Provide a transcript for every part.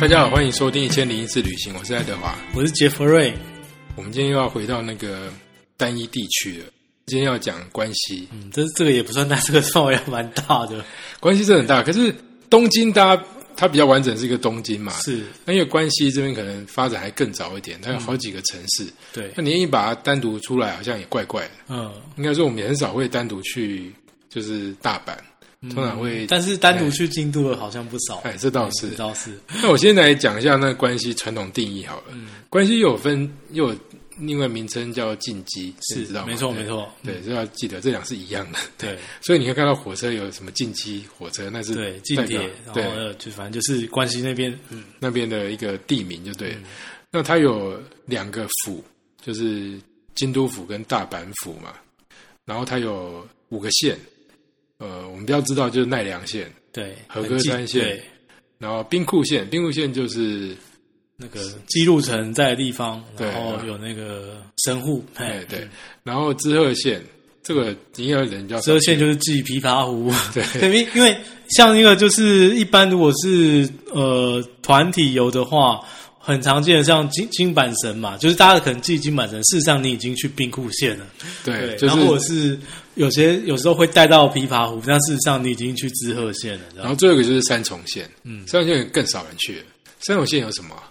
大家好，欢迎收听《一千零一次旅行》，我是爱德华。我是杰弗瑞。我们今天又要回到那个单一地区了。今天要讲关西，嗯，这这个也不算大，这个范围还蛮大 的。关西是很大，可是东京大家它比较完整是一个东京嘛，是，嗯那因为关西这边可能发展还更早一点，它有好几个城市，对，那你一把它单独出来，好像也怪怪的。嗯，应该说我们也很少会单独去，就是大阪，通常会。嗯但是单独去京都的好像不少。哎，这倒是这。倒是， 那我先来讲一下那个关系传统定义好了。嗯关系又有分，又有另外名称叫进击，你是知道吗？没错对没错嗯对，这要记得，这两是一样的。 对所以你会看到火车有什么进击火车，那是对，近代铁表，然后对呃，就反正就是关西那边，嗯，那边的一个地名就对了。那它有两个府，就是京都府跟大阪府嘛。然后它有五个县，呃，我们比较知道就是奈良县，对，和歌很近山线对然后兵库县，兵库县就是那个姬路城在的地方，对啊然后有那个神户，哎哎，对，然后滋贺县这个应该人叫遮县就是寄琵琶湖，啊对 因为因为像那个就是一般如果是呃团体游的话，很常见的像金金板神嘛，就是大家可能记金板神，事实上你已经去兵库县了，对，对，就然后或者是是有些有时候会带到琵琶湖，但事实上你已经去滋贺县了，然然后后最后一个就是三重县，嗯，三重县更少人去了。三重县有什么啊？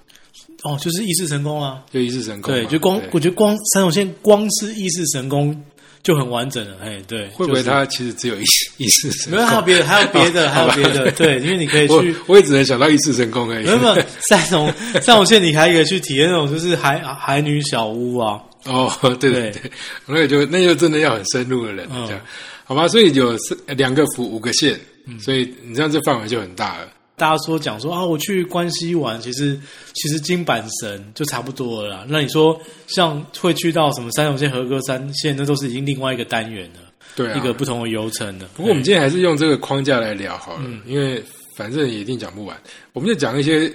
哦就是异世神功啊，就一日神宫嘛，对，就光我觉得光三种线光是异世神功就很完整了，哎，对，会不会就是它其实只有一一日神没宫？ 有还有别的还有别的好还有吧别的，对，因为你可以去我。我也只能想到一次成功而已没。有没有， 三重三重县你还可以去体验那种就是海海女小屋啊， 哦，对对对，那个就那就真的要很深入的人嗯这样，好吧？所以有四两个府五个县，嗯所以你这样这范围就很大了。大家说讲说啊，我去关西玩，其实其实金板神就差不多了啦。那你说像会去到什么三重县、和歌山县，那都是已经另外一个单元了，对啊，一个不同的游程了。不过我们今天还是用这个框架来聊好了，嗯因为反正也一定讲不完，我们就讲一些。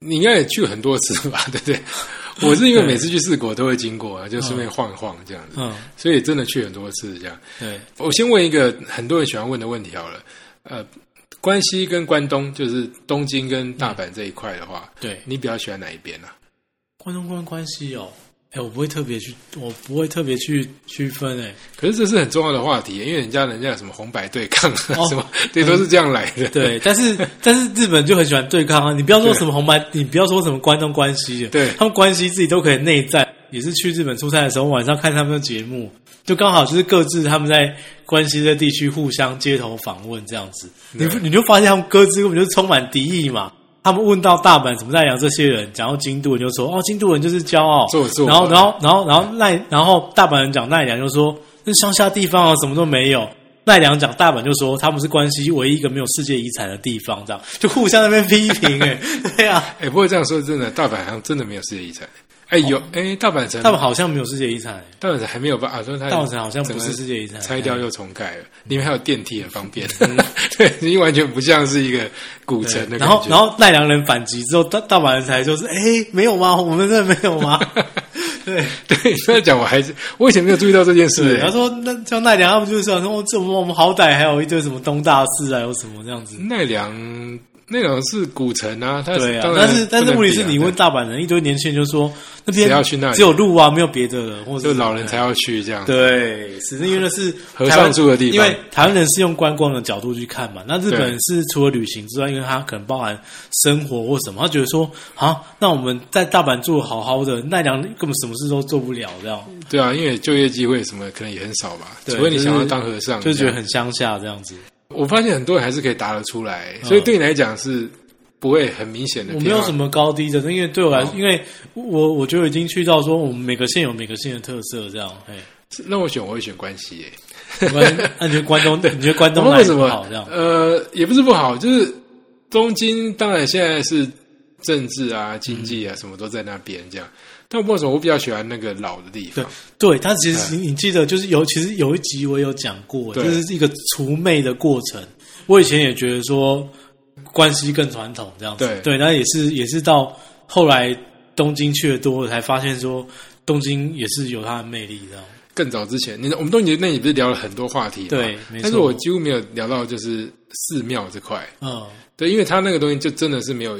你应该也去很多次吧， 对不对？我是因为每次去四国都会经过啊，就顺便晃一晃这样子，嗯，所以真的去很多次这样。对，我先问一个很多人喜欢问的问题好了，呃，关西跟关东，就是东京跟大阪这一块的话，对你比较喜欢哪一边呢、啊？关东关关西哦，哎，我不会特别去，我不会特别去区分哎。可是这是很重要的话题，因为人家人家有什么红白对抗啊，哦什么对，都是这样来的。对，但是但是日本就很喜欢对抗啊！你不要说什么红白，你不要说什么关东关西的，对他们关西自己都可以内战。也是去日本出差的时候，晚上看他们的节目，就刚好就是各自他们在关西的地区互相街头访问这样子，你对你就发现他们各自根本就是充满敌意嘛。他们问到大阪怎么奈良这些人，讲到京都人就说哦，京都人就是骄傲，做作然后然后然后然后奈然后大阪人讲奈良就说那乡下地方啊什么都没有。奈良讲大阪就说他们是关西唯一一个没有世界遗产的地方，这样就互相在那边批评 哎、对啊，哎、不过这样说真的，大阪好像真的没有世界遗产。哎、有哎、大阪城，哦大阪好像没有世界遗产、哎大阪城还没有吧？啊，说它大阪城好像不整是个世界遗产，嗯拆掉又重盖了，里面还有电梯，很方便。 对，已经完全不像是一个古城的对感觉。然后然后奈良人反击之后，大大阪人才就是哎、没有吗？我们这没 有吗？对。 对，这样讲我还是我以前没有注意到这件事、对，他说那像奈良，他们就是想说，哦这我们我们好歹还有一堆什么东大寺啊，有什么这样子。奈良，奈良是古城啊，它对啊当，然但是但是不能问题比是啊你问对大阪人，一堆年轻人就说那边谁要去那里只有路啊，没有别的了，或者就是老人才要去这样，，对，是因为那是 和台湾尚住的地方因为台湾人是用观光的角度去看嘛，那日本对人是除了旅行之外，因为他可能包含生活或什么，他觉得说啊，那我们在大阪住得好好的，奈良根本什么事都做不了，这样对啊，因为就业机会什么可能也很少吧，对除非你想就要是当和尚，就觉这得样很乡下这样子。我发现很多人还是可以答得出来，所以对你来讲是不会很明显的嗯我偏没好，有什么高低的，因为对我来，哦因为我我觉得已经去到说我们每个县有每个县的特色这样。嘿，让我选，我会选关西耶。关 那你觉得关东，你觉得关我东们哪为里什不么好这样？呃，也不是不好，就是东京当然现在是政治啊、经济啊，什么都在那边这样。但为什么我比较喜欢那个老的地方？嗯对他其实你你记得就是有其实有一集我有讲过，对就是一个除魅的过程。我以前也觉得说关系更传统这样子，对对，那也是也是到后来东京去的多了，才发现说东京也是有它的魅力这样。更早之前，你我们东京那你不是聊了很多话题嘛？对没错但是我几乎没有聊到就是寺庙这块，嗯，对，因为它那个东西就真的是没有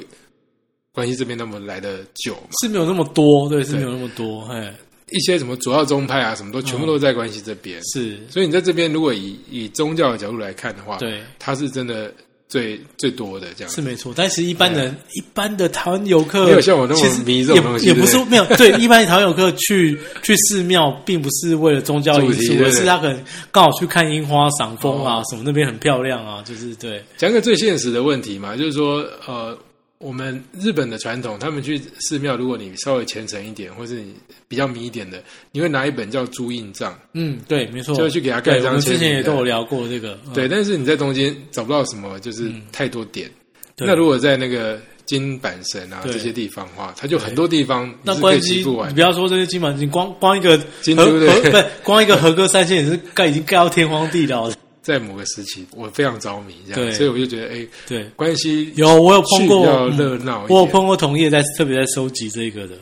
关系这边那么来的久嘛，是没有那么多，对，是没有那么多，哎，一些什么主要宗派啊什么都全部都在关系这边，是，所以你在这边如果以以宗教的角度来看的话，，对，它是真的最最多的这样子。是没错。但是一般人，一般的台湾游客啊没有像我那么其实迷这种也东西也对不是没有对。一般的台湾游客去 去寺庙，并不是为了宗教因主题素，对哦而是他可能刚好去看樱花、赏枫啊，什么那边很漂亮啊，就是对，讲个最现实的问题嘛，就是说，呃，我们日本的传统，他们去寺庙，如果你稍微虔诚一点，或是你比较迷一点的，你会拿一本叫朱印章，嗯，对，没错。就去给他盖对我章们之签前名也的都有聊过这个，嗯对，但是你在中间找不到什么，就是太多点。对那如果在那个金板神啊对这些地方的话，它就很多地方你那是可关以机，骑你不完不。要说这些金板金，光光一个京和都对和不光一个合歌三线也是盖已经盖到天荒地老了。在某个时期，我非常着迷这对样，所以我就觉得，哎，对，关系有我有碰去过比较嗯热闹一我有点碰过同业在特别在收集这个的，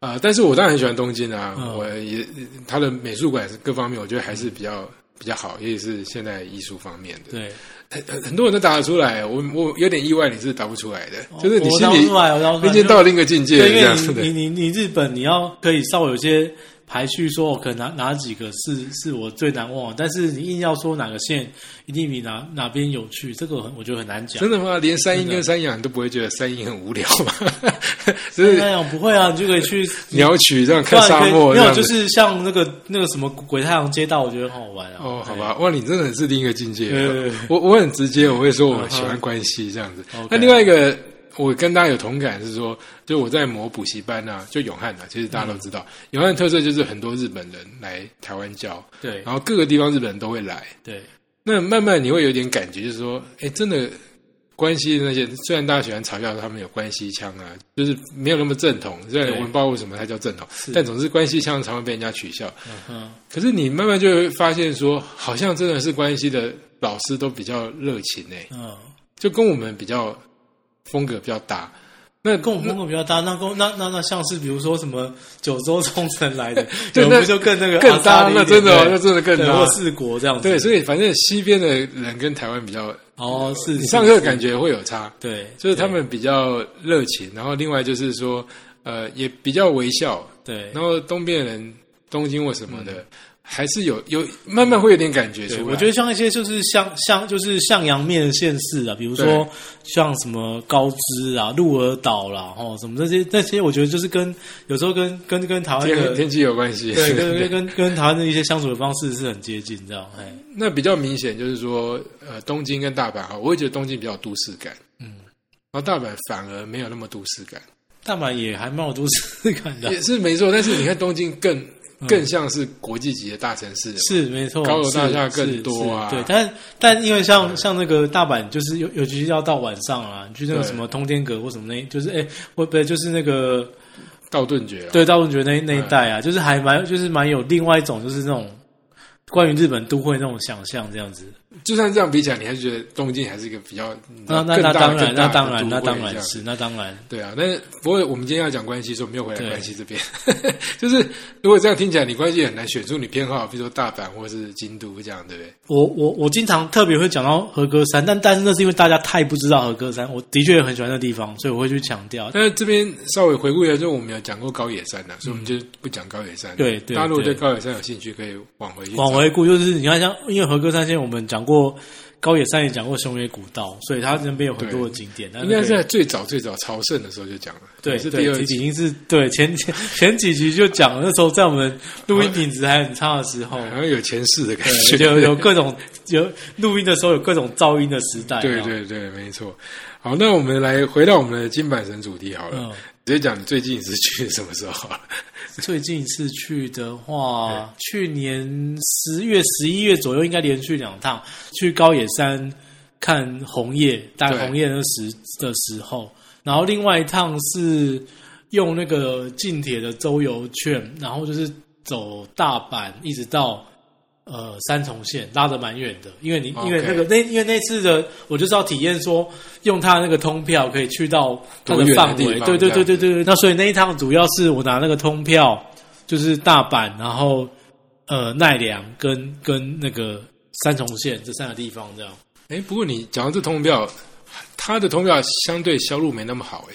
啊、但是我当然很喜欢东京啊，嗯我也它的美术馆各方面，我觉得还是比较比较好，也是现代艺术方面的。对，很很很多人都答得出来，我我有点意外，你是答不出来的，就是你哦我心当出里来，我当出已来经就到另一个境界了对，因这样为子的你。你你你日本你要可以稍微有些排序，说哦我可能哪哪几个是是我最难忘的，但是你硬要说哪个县一定比哪哪边有趣，这个很我觉得很难讲。真的吗？连三鹰跟山羊你都不会觉得山鹰很无聊吗？ 就是那样不会啊，你就可以去鸟取这样对看啊你沙可以漠没这有，样子。就是像那个那个什么鬼太行街道，我觉得很好玩啊。哦，好对吧，哇，你真的是另一个境界对对对。我我很直接，我会说我喜嗯欢哼关系这样 子 OK。那另外一个，我跟大家有同感是说，就我在某补习班啊，就永汉啊，其实大家都知道，嗯永汉特色就是很多日本人来台湾教，哎对然后各个地方日本人都会来。对那慢慢你会有点感觉，就是说，哎，真的关系的那些，虽然大家喜欢嘲笑他们有关系腔啊，就是没有那么正统。虽然对我们不知道为什么它叫正统，但总之关系腔常常被人家取笑。嗯，可是你慢慢就会发现说，好像真的是关系的老师都比较热情诶、嗯，就跟我们比较风格比较搭。那跟我们风格比较搭，那跟我那那那像是比如说什么九州冲绳来的， 对有那不就更那个更啊阿搭萨利一那点真的哦对那真的更对搭或四国这样子。对，所以反正西边的人跟台湾比较，哦，是你上课是感觉会有差，对，就是他们比较热情，然后另外就是说，呃，也比较微笑，对。然后东边人东京或什么的，还是有有慢慢会有点感觉出嗯对，来。我觉得像一些就是像像就是向阳面的县市啊，比如说对像什么高知啊、鹿儿岛啦，哦，什么这些那些，我觉得就是跟有时候跟跟跟台湾天的天气有关系，对跟 跟跟跟台湾的一些相处的方式是很接近，这样，哎，那比较明显就是说，呃，东京跟大阪哈，我会觉得东京比较有都市感，嗯，然后大阪反而没有那么都市感，大阪也还蛮有都市感的，也是没错。但是你看东京更更像是国际级的大城市， 嗯是没错，高楼大厦是更多啊是是对，但但因为像像那个大阪，就是尤尤其是要到晚上啊，你去那个对什么通天阁或什么那，就是哎，会不会就是那个道顿崛、哦，对大陆觉得那那一带啊，就是还蛮就是蛮有另外一种就是那种关于日本都会那种想象这样子。就算这样比起来，你还是觉得东京还是一个比较你知道那那更那大当更大然，那的当然，都那会当这然样是那当然，对啊，但是不过我们今天要讲关系，所以我们又回来对关系这边。 就是如果这样听起来，你关系很难选出你偏好，比如说大阪或是京都这样，对不对？我我我经常特别会讲到和歌山，但但是那是因为大家太不知道和歌山，我的确也很喜欢那地方，所以我会去强调。但是这边稍微回顾一下，就我们有讲过高野山呐、所以我们就不讲高野山。对对大家如果对嗯对高野山有兴趣，可以往回去找往回顾就是你看像，因为和歌山线我们讲过高野山也讲过熊野古道，所以它那边有很多的景点，但应该是是可以在最早最早朝圣的时候就讲了，对是对第二已集。经是对前前前几集就讲了，那时候在我们录音品质还很差的时 候，好像有前世 的感觉，对有有各种有录音的时候有各种噪音的时代，对对对，没错。好，那我们来回到我们的金板神主题好了，嗯直接讲你最近是去什么时候？ 最近一次去的话，去年十月、十一月左右，应该连续两趟去高野山看红叶，大对红叶那时的时候，然后另外一趟是用那个近铁的周游券，然后就是走大阪一直到。呃，三重县拉得蛮远的，因为你 OK 因为那个那因为那次的，我就是要体验说，用他那个通票可以去到它多的远的范地围，方对这对对样对子对对。那所以那一趟主要是我拿那个通票，就是大阪，然后呃奈良跟跟那个三重县这三个地方这样。哎，不过你讲到这通票，它的通票相对销路没那么好哎。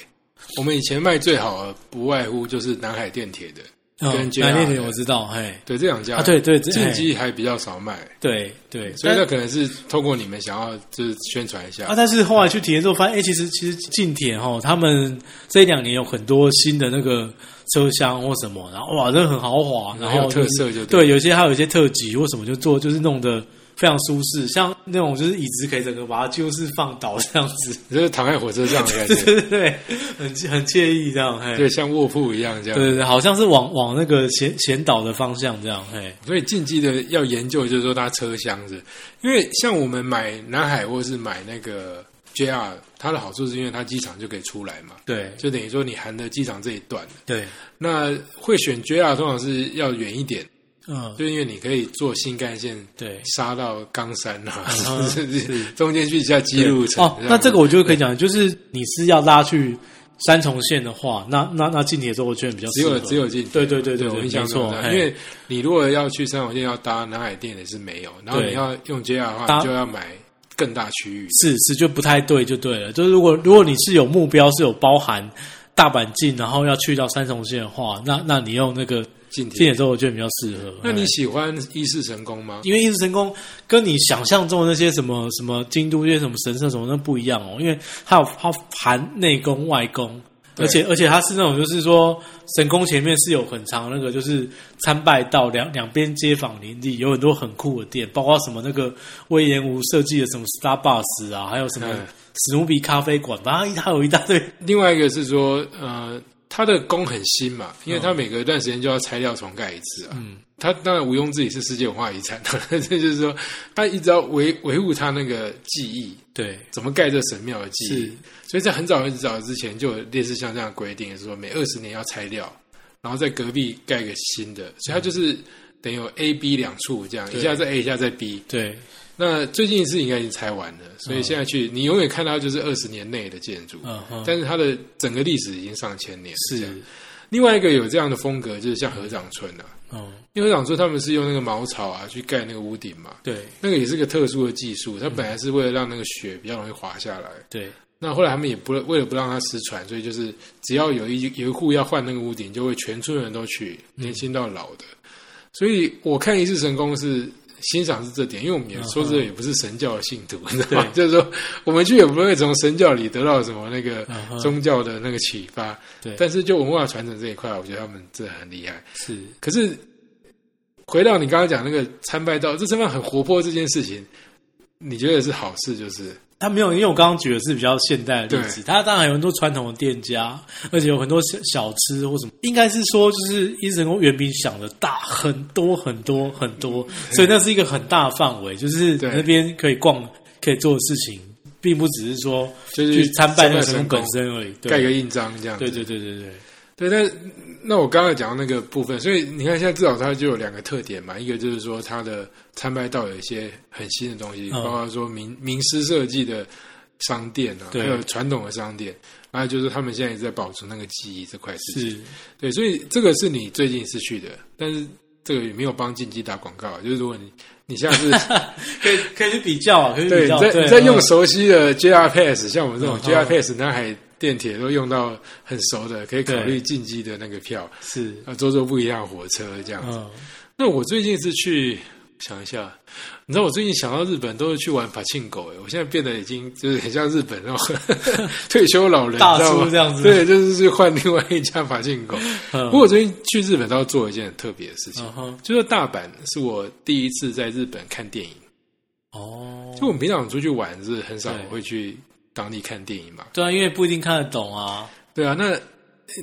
我们以前卖最好的不外乎就是南海电铁的，嗯跟，JR 南电的我知道，嘿，对这两家啊对对对进击还比较少卖，对对，所以但那可能是透过你们想要就是宣传一下啊，，但是后来去体验之后发现，哎、其实其实近铁哈，他们这两年有很多新的那个车厢或什么，然后哇，真的很豪华，然很嗯后有特是色就对对，有些还有一些特级或什么就做，就是弄得非常舒适，像那种就是椅子可以整个把它就是放倒这样子，你就是躺在火车上的感 对觉，对对，很很惬意这样，嘿，对，像卧铺一样这对样。对对，好像是往往那个前前导的方向这样，嘿，所以进击的要研究就是说它车厢是，因为像我们买南海或是买那个 JR，它的好处是因为它机场就可以出来嘛，对就等于说你含的机场这一段。对，那会选 JR 通常是要远一点，嗯，就因为你可以坐新干线对。杀到冈山啊， 嗯甚至中间去一下基路城。哦，那这个我就可以讲，就是你是要拉去三重县的话，那那那近铁之后券比较只适合有只有进。对对对对我对，印没象中错这，样嘿因为你如果要去三重县要搭南海电也是没有，然后对你要用 JR 的话，搭你就要买更大区域。是是就不太对就对了。就是如果如果你是有目标是有包含大阪进，然后要去到三重县的话，那那你用那个近近铁。铁之后券比较适合。那你嘿喜欢一世神功吗？因为一日神功跟你想象中的那些什么什么京都那些什么神社什么那不一样哦，因为它有它含内功外功，对而且而且它是那种就是说神功前面是有很长那个就是参拜道两两边街坊邻里有很多很酷的店，包括什么那个威严无设计的什么 Starbucks 啊，还有什么嗯史努比咖啡馆，反正它有一大堆。另外一个是说，呃，它的功很新嘛，因为它每隔一段时间就要拆掉重盖一次啊。嗯，它当然毋庸置疑是世界文化遗产，这 就是说，它一直要维维护它那个记忆，对怎么盖这神庙的记忆是。所以在很早很早之前就有类似像这样的规定，就是说每二十年要拆掉，然后在隔壁盖个新的，所以它就是等于有 A、B 两处这样，对一下在 A，一下在 B。对那最近一次应该已经拆完了，所以现在去、你永远看到就是二十年内的建筑，嗯哼但是它的整个历史已经上千年了这是样。另外一个有这样的风格，就是像合掌村啊，嗯因为合掌村他们是用那个茅草啊去盖那个屋顶嘛，对那个也是个特殊的技术，它本来是为了让那个雪比较容易滑下来。对那后来他们也不为了不让它失传，所以就是只要有一有一户要换那个屋顶，就会全村人都去，嗯年轻到老的。所以我看《一世神功》是欣赏是这点，因为我们嗯也说这也不是神教的信徒，你知道吗？ 就是说我们去也不会从神教里得到什么那个嗯哼宗教的那个启发，对，但是就文化传承这一块，我觉得他们真的很厉害。是可是回到你刚刚讲那个参拜道，这参拜很活泼这件事情，你觉得是好事就是？他没有，因为我刚刚举的是比较现代的例子，他当然有很多传统的店家，而且有很多小小吃或什么，应该是说就是一神宫远比想的大很多很多很多，所以那是一个很大的范围，就是嗯对那边可以逛可以做的事情，并不只是说就是去参拜那个参拜神神宫宫本身而已，对盖个印章这样子，对对对对对，对，但那我刚才讲到那个部分，所以你看现在至少它就有两个特点嘛，一个就是说它的参拜道有一些很新的东西，嗯包括说名名师设计的商店啊，对还有传统的商店，还有就是他们现在也在保存那个记忆这块事情。是对，所以这个是你最近失去的，但是这个也没有帮进击打广告，就是如果你你下 次可以可以去比较啊，可以去对比你较，在对你在嗯用熟悉的 JR Pass，像我们这种嗯 JR Pass 南海电铁都用到很熟的，可以考虑对进击的那个票。是啊，坐坐不一样的火车这样子。嗯那我最近是去想一下，你知道我最近想到日本都是去玩爬庆狗，哎，我现在变得已经就是很像日本那种 退休老人，大你知道叔吗这样子对，就是去换另外一家爬庆狗。嗯不过我最近去日本倒做了一件很特别的事情，嗯哼就是大阪是我第一次在日本看电影。哦，就我们平常出去玩是很少对会去当地看电影嘛，对啊，因为不一定看得懂啊，对啊，那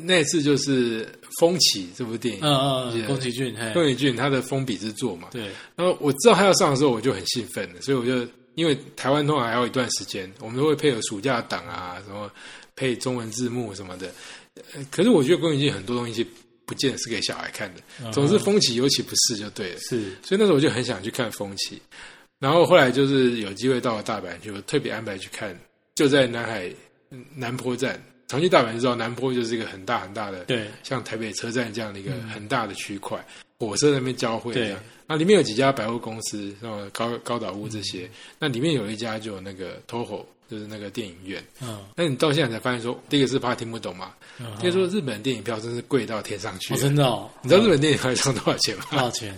那次就是《风起》这部电影，嗯嗯，也嗯宫崎骏宫崎嘿，骏他的封笔之作嘛，对然后我知道他要上的时候，我就很兴奋了，所以我就因为台湾通常还有一段时间，我们都会配合暑假档啊，什么配中文字幕什么的。呃可是我觉得宫崎骏很多东西不见得是给小孩看的，总之风起尤其不是就对了。是所以那时候我就很想去看风起，然后后来就是有机会到了大阪去，我特别安排去看，就在南海嗯南坡站。常去大阪就知道，南坡就是一个很大很大的对。像台北车站这样的一个很大的区块，火车在那边交汇这样嗯对。啊，里面有几家百货公司，那种高高岛屋这嗯些，那里面有一家就有那个 Toho，就是那个电影院。嗯，那你到现在才发现说，第一个是怕听不懂嘛，嗯第二说日本电影票真是贵到天上去哦，了。真的哦，你知道日本电影票一张多少钱吗？多少钱？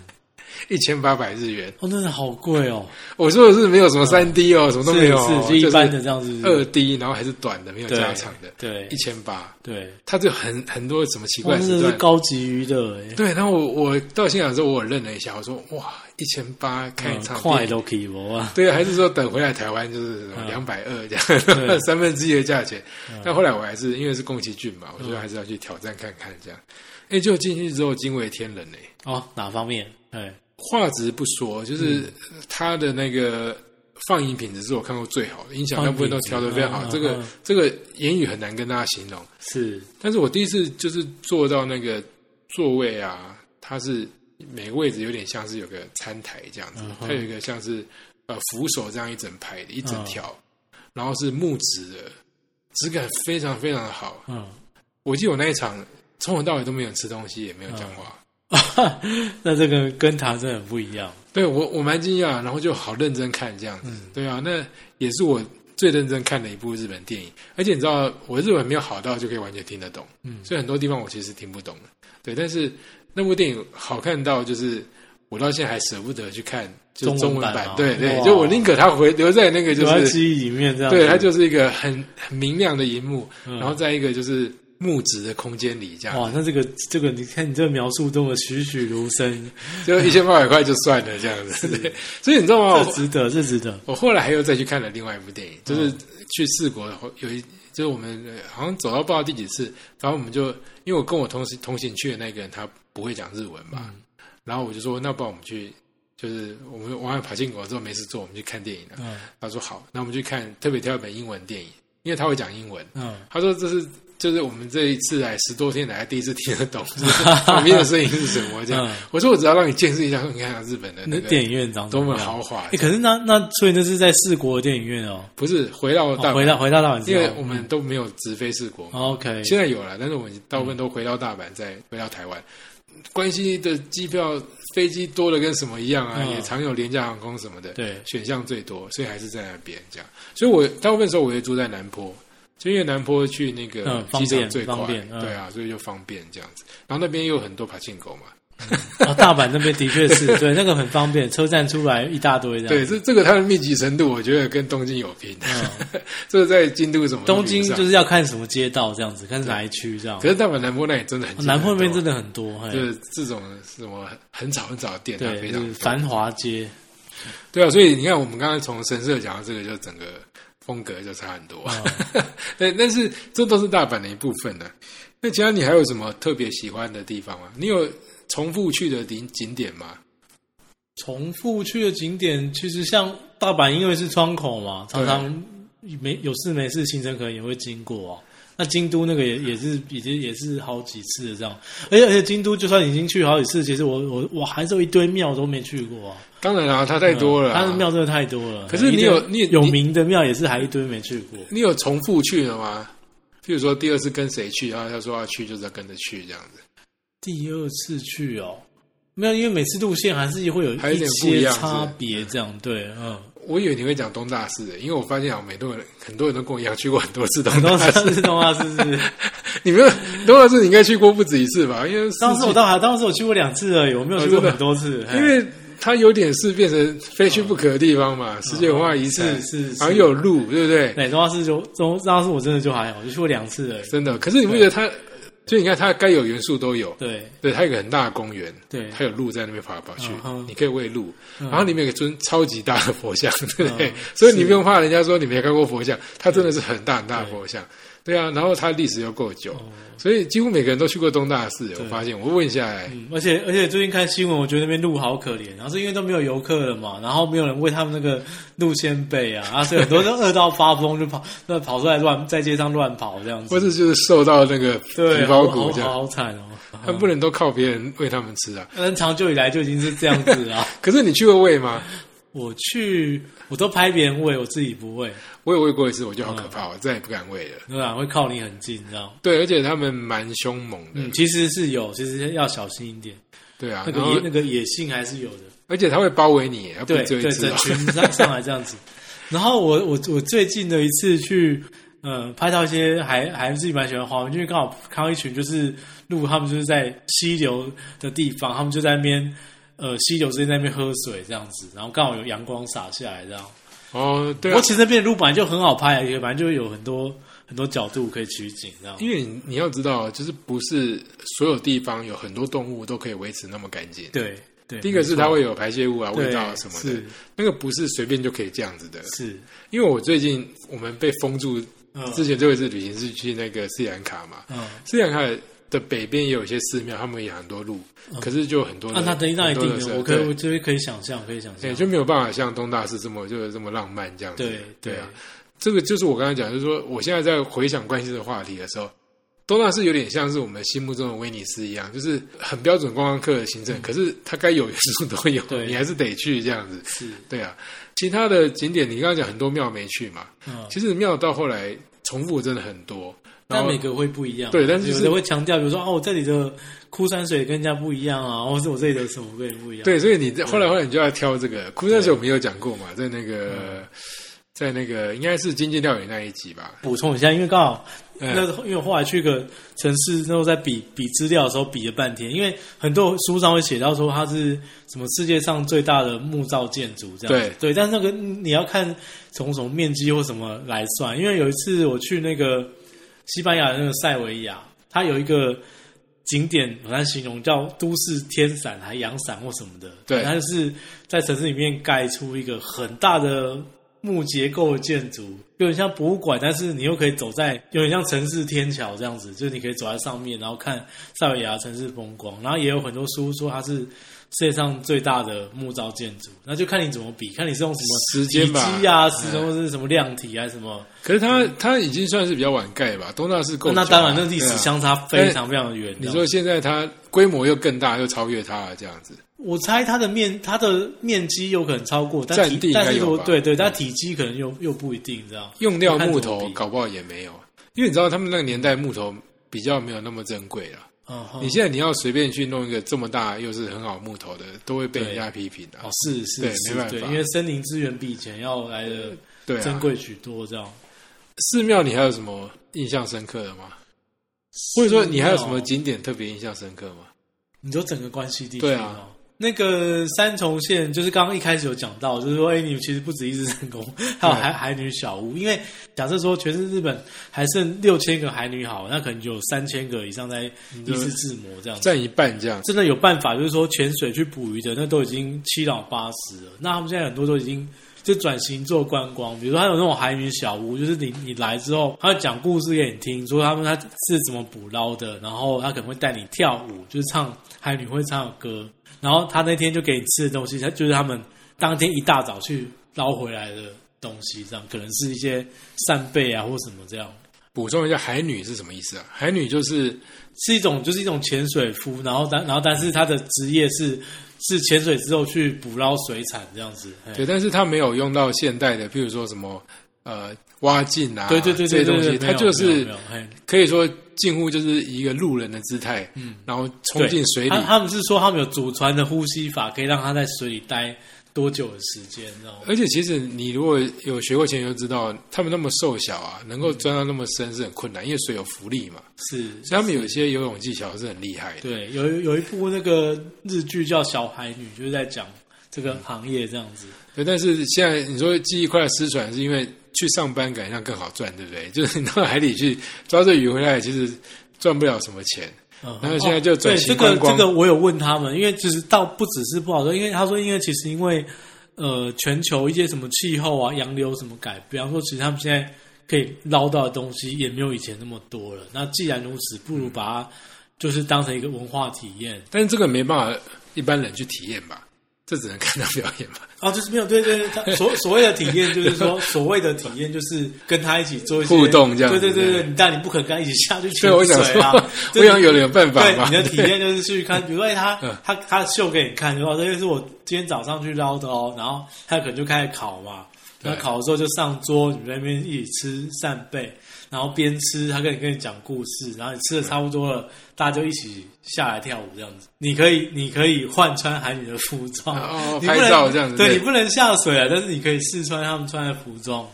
一千八百日元。哦，真的好贵哦，我说的是没有什么三 D 哦，什么都没有哦，是是就一般的这样子，二 D，然后还是短的，没有对加长的，对一千八，对，它就很很多什么奇哇，怪的时真的是段。高级娱乐哎，对，然后我我到现场的时候，我有愣了一下，我说哇，一千八看一嗯场快电影，都可以不啊？对，还是说等回来台湾就是嗯两百二这对嗯样，三分之一的价钱。但后来我还是因为是宫崎骏嘛，我觉得还是要去挑战看看这样。哎，就进去之后惊为天人嘞、哦，哪方面？哎，画质不说，就是嗯它的那个放映品质是我看过最好的，音响放那映部分都调的非常好。品质这嗯个嗯这个言语很难跟大家形容。是但是我第一次就是坐到那个座位啊，它是每个位置有点像是有个餐台这样子嗯，哼嗯它有一个像是呃扶手这样一整排的一整条，然后是木质的，质感非常非常的好。嗯，我记得我那一场从头到尾都没有吃东西，也没有讲嗯话。那这个跟台湾真的很不一样，对我我蛮惊讶，然后就好认真看这样子，嗯对啊，那也是我最认真看的一部日本电影，而且你知道我日文没有好到就可以完全听得懂，嗯所以很多地方我其实听不懂的，对，但是那部电影好看到就是我到现在还舍不得去看，就是中中文文版版，吗对对，哇就我宁可它回留在那个留就在是记忆里面这样子，对，它就是一个很很明亮的荧幕，啊嗯然后在一个就是木质的空间里这样，哇，那这个这个，你看你这个描述这么栩栩如生，就一千八百块就算了这样子，对，所以你知道吗？我这值得，这值 得。我后来还又再去看了另外一部电影，嗯就是去四国有一，就是我们呃好像走到不知道第几次，反正我们就因为我跟我同行同行去的那个人他不会讲日文嘛，嗯然后我就说那不然我们去，就是我们玩完爬进国之后没事做，我们去看电影了。嗯他说好，那我们去看特别挑一本英文电影，因为他会讲英文。嗯，他说这是就是我们这一次来十多天来第一次听得懂就是 旁边的声音是什么这样。嗯我说我只要让你见识一下，你看看日本的那个电影院长多怎么么样豪华哎、。可是那那所以那是在四国的电影院哦，不是回到大哦阪回到回到大阪之因后，为我们都没有直飞四国嘛，哦 OK，现在有了，但是我们大部分都回到大阪，再回到台湾。关西的机票、飞机多的跟什么一样啊，嗯也常有廉价航空什么的，对选项最多，所以还是在那边这样。所以我大部分时候我也住在南坡，就因为南坡去那个嗯方机场便最快方便，嗯对啊，所以就方便这样子。然后那边又有很多爬进狗嘛，哦大阪那边的确 是对，那个很方便，车站出来一大堆这样。对，这这个它的密集程度，我觉得跟东京有拼。 这个在京都什么都嗯东京比不上就是要看什么街道这样子，看是哪一区这样哦可。是大阪南坡那里真的很近啊南坡很那边多真的很多，嘿就是这种什么很早很早的店，它哎对，非就常是多繁华街，对啊，所以你看，我们刚刚从神社讲到这个，就整个风格就差很多。哦 对，但是这都是大阪的一部分呢、啊那其他你还有什么特别喜欢的地方吗？你有重复去的景景点吗？重复去的景点，其实像大阪，因为是窗口嘛，常常没有事没事，行程可能也会经过啊。那京都那个也也是已经也是好几次了这样，而且而且京都就算已经去好几次，其实我我我还是有一堆庙都没去过啊，当然啦、它太多了啊、嗯它的庙真的太多了。可是你有你一堆有名的庙也是还一堆没去过，你有重复去的吗？譬如说第二次跟谁去，然后他说要去，就是要跟着去这样子。第二次去哦，没有，因为每次路线还是会有还有一点不一些样差是别，这样对，嗯，我以为你会讲东大寺，因为我发现啊，每多人很多人都跟我一样去过很多次东很多大寺。次动画 是不是？你们东大寺你应该去过不止一次吧？因为当时四我季哎倒还，当时我去过两次而已，我没有去过很多次，嘿哦因为它有点是变成非去不可的地方嘛，世界文化遗产是嗯是是好像有路，对不对？哪动画是就动画是我真的就还好，我就去过两次而已。真的。可是你不觉得它，就你看它该有元素都有，对，对，它有个很大的公园，对它有鹿在那边跑来跑去嗯哼，你可以喂鹿，嗯然后里面有个尊超级大的佛像，对不对嗯？ 所以你不用怕人家说你没看过佛像，它真的是很大很大的佛像。对啊，然后它历史又够久，嗯所以几乎每个人都去过东大寺。我发现，我问下哎来，嗯，而且而且最近看新闻，我觉得那边路好可怜，然后是因为都没有游客了嘛，然后没有人为他们那个路线背啊，啊，所以很多人饿到发疯就跑，那跑出来乱在街上乱跑这样或子，者就是受到那个对，啊皮包好骨好这样，好 惨哦。他不能都靠别人喂他们吃啊。但长久以来就已经是这样子啊。可是你去过喂吗？我去，我都拍别人喂，我自己不喂，我也喂过一次，我就好可嗯怕，我再也不敢喂了。对吧？会靠你很近，你知道吗？对，而且他们蛮凶猛的，嗯，其实是有，其实要小心一点，对啊。嗯那个然后野那个野性还是有的。而且它会包围你，而不是对只有对，一只整哦。群上上来这样子。 然后我我我最近的一次去，呃，拍到一些还还自己蛮喜欢的花，因为刚好看到一群就是路，他们就是在溪流的地方，他们就在那边呃溪流之间在那边喝水这样子，然后刚好有阳光洒下来这样。哦，对啊我，其实那边的路本来就很好拍，啊也反正就有很多很多角度可以取景这样。因为你你要知道，就是不是所有地方有很多动物都可以维持那么干净。对对，第一个是它会有排泄物啊、对味道啊什么的是，那个不是随便就可以这样子的。是因为我最近我们被封住，嗯之前最后一次旅行是去那个斯里兰卡嘛，嗯，斯里兰卡的北边也有一些寺庙，他们也很多路，可是就很多嗯啊那人，那等于那很一多定人的，是我可以对我这边可以想象，可以想对，象，就没有办法像东大寺这么就是这么浪漫这样子。对对啊，这个就是我刚才讲，就是说我现在在回想关系的话题的时候，东大寺有点像是我们心目中的威尼斯一样，就是很标准观光客的行程，可是它该有元素都 有，嗯对你还是得去这样子。是对啊，其他的景点你刚刚讲很多庙没去嘛，嗯。其实庙到后来重复真的很多，然但后每个会不一样，啊对但是就是有的会强调，比如说哦，我这里的枯山水跟人家不一样啊，或是我这里的什么跟人不一样。对，所以你在嗯后来后来你就要挑这个枯山水，我们有讲过嘛，在那嗯个。在那个应该是经济料理那一集吧，补充一下，因为刚好嗯那因为我后来去一个城市，然后在比比资料的时候比了半天，因为很多书上会写到说它是什么世界上最大的木造建筑这样子，对，但那个你要看从什么面积或什么来算，因为有一次我去那个西班牙的那个塞维亚，它有一个。景点很难形容，叫都市天伞还阳伞或什么的，对它就是在城市里面盖出一个很大的木结构的建筑，有点像博物馆，但是你又可以走在，有点像城市天桥这样子，就是你可以走在上面，然后看塞尔维亚城市风光。然后也有很多书说它是世界上最大的木造建筑，那就看你怎么比，看你是用什么时间哎吧体积啊，时钟是什么量体啊，什么。可是它它已经算是比较晚盖吧，东大寺够久那啊。当然，那历对啊史哎相差非常非常的远。你这样说现在它规模又更大，又超越它了，这样子。我猜它的面它的面积有可能超过，但占地体应该但是有我吧对对，但体积可能又又不一定这样。用料木看怎么头比搞不好也没有，因为你知道他们那个年代木头比较没有那么珍贵了。嗯哼，你现在你要随便去弄一个这么大又是很好木头的，都会被人家批评的哦。，是是对是，没办法对，因为森林资源比以前要来的对珍啊，贵许多，这样。寺庙你还有什么印象深刻的吗？或者说你还有什么景点特别印象深刻吗？你说整个关西地区对哦啊，那个三重县，就是刚刚一开始有讲到，就是说，哎，你其实不止一只成 功，还有对海海女小屋。因为假设说全是日本还剩六千个海女好，那可能就有三千个以上在一次自磨这样子。占一半这样子。真的有办法，就是说潜水去捕鱼的，那都已经七老八十了。那他们现在很多都已经就转型做观光，比如说还有那种海女小屋，就是你你来之后，他会讲故事给你听，说他们他是怎么捕捞的，然后他可能会带你跳舞，就是唱海女会唱的歌，然后他那天就给你吃的东西，他就是他们当天一大早去捞回来的东西，这样可能是一些扇贝啊或什么这样。补充一下，海女是什么意思啊？海女就是是一种就是一种潜水夫，然后但然后但是他的职业是是潜水之后去捕捞水产这样子。嘿对，但是它没有用到现代的，譬如说什么呃挖镜啊，对对对这些对对东西，对，它就没有是没有没有嘿可以说近乎就是一个路人的姿态，嗯，然后冲对进水里他，他们是说他们有祖传的呼吸法，可以让他在水里待多久的时间，你知道吗？而且其实你如果有学过潜水，就知道他们那么瘦小啊，能够钻到那么深是很困难，因为水有浮力嘛，是，所以他们有一些游泳技巧是很厉害的。对，有有一部那个日剧叫《小海女》，就是在讲这个行业这样子。对，但是现在你说记忆快失传，是因为去上班感觉上更好赚，对不 对？就是你到海里去抓这鱼回来，其实赚不了什么钱。嗯然后现在就转型哦对观光这个这个我有问他们，因为其实倒不只是不好说，因为他说，因为其实因为呃全球一些什么气候啊、洋流什么改，比方说，其实他们现在可以捞到的东西也没有以前那么多了。那既然如此，不如把它就是当成一个文化体验。但是这个没办法一般人去体验吧，这只能看他表演吧，哦，就是没有对对，对他所所谓的体验就是说，所谓的体验就是跟他一起做一些互动这样对子对对对对，你但你不可能跟他一起下去所 潜以我想水说啊，，就我是想有人有办法对吧嗯你。的体验就是去看，比如说哎他他他秀给你看，然后这就是我今天早上去捞的哦，然后他可能就开始烤嘛，那烤的时候就上桌，你们在那边一起吃扇贝，然后边吃他跟你跟你讲故事，然后你吃的差不多了，大家就一起下来跳舞这样子。你可以你可以换穿韩女的服装，哦 你不拍能照这样子对对你不能下水啊，但是你可以试穿他们穿的服装。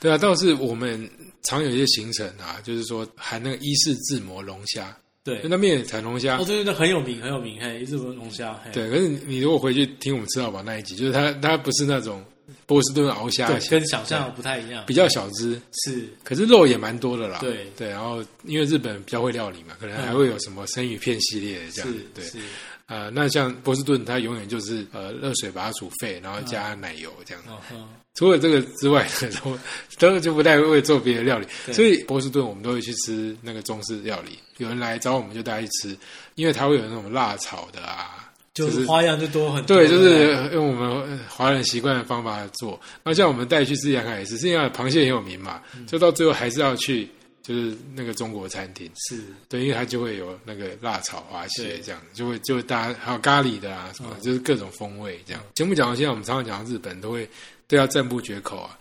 对啊，倒是我们常有一些行程啊，就是说含那个伊式自磨龙虾，对就，那边也产龙虾哦，。对对对，很有名，很有名，嘿，一直闻龙虾，嘿，对，可是你你如果回去听我们吃到饱那一集，就是它它不是那种波士顿鳌虾对，型，跟想象的不太一样，比较小只，是，可是肉也蛮多的啦。对对，然后因为日本比较会料理嘛，可能还会有什么生鱼片系列这样嗯是子。，对，是，啊、那像波士顿它永远就是呃热水把它煮沸，然后加奶油这样。嗯哼，除了这个之外，都都就不太会做别的料理，对所以波士顿我们都会去吃那个中式料理。有人来找我们就带他去吃，因为它会有那种辣炒的啊，就就是是花样就多很多，对，就不是用我们呃华人习惯的方法做。那像我们带去吃洋海也是，是因为螃蟹很有名嘛，就到最后还是要去就是那个中国餐厅，是，对，因为它就会有那个辣炒滑对蟹这样，就会就会大家还有咖喱的啊什么，就是各种风味这样。节目讲到现在，我们常常讲到日本都会对他赞不绝口啊。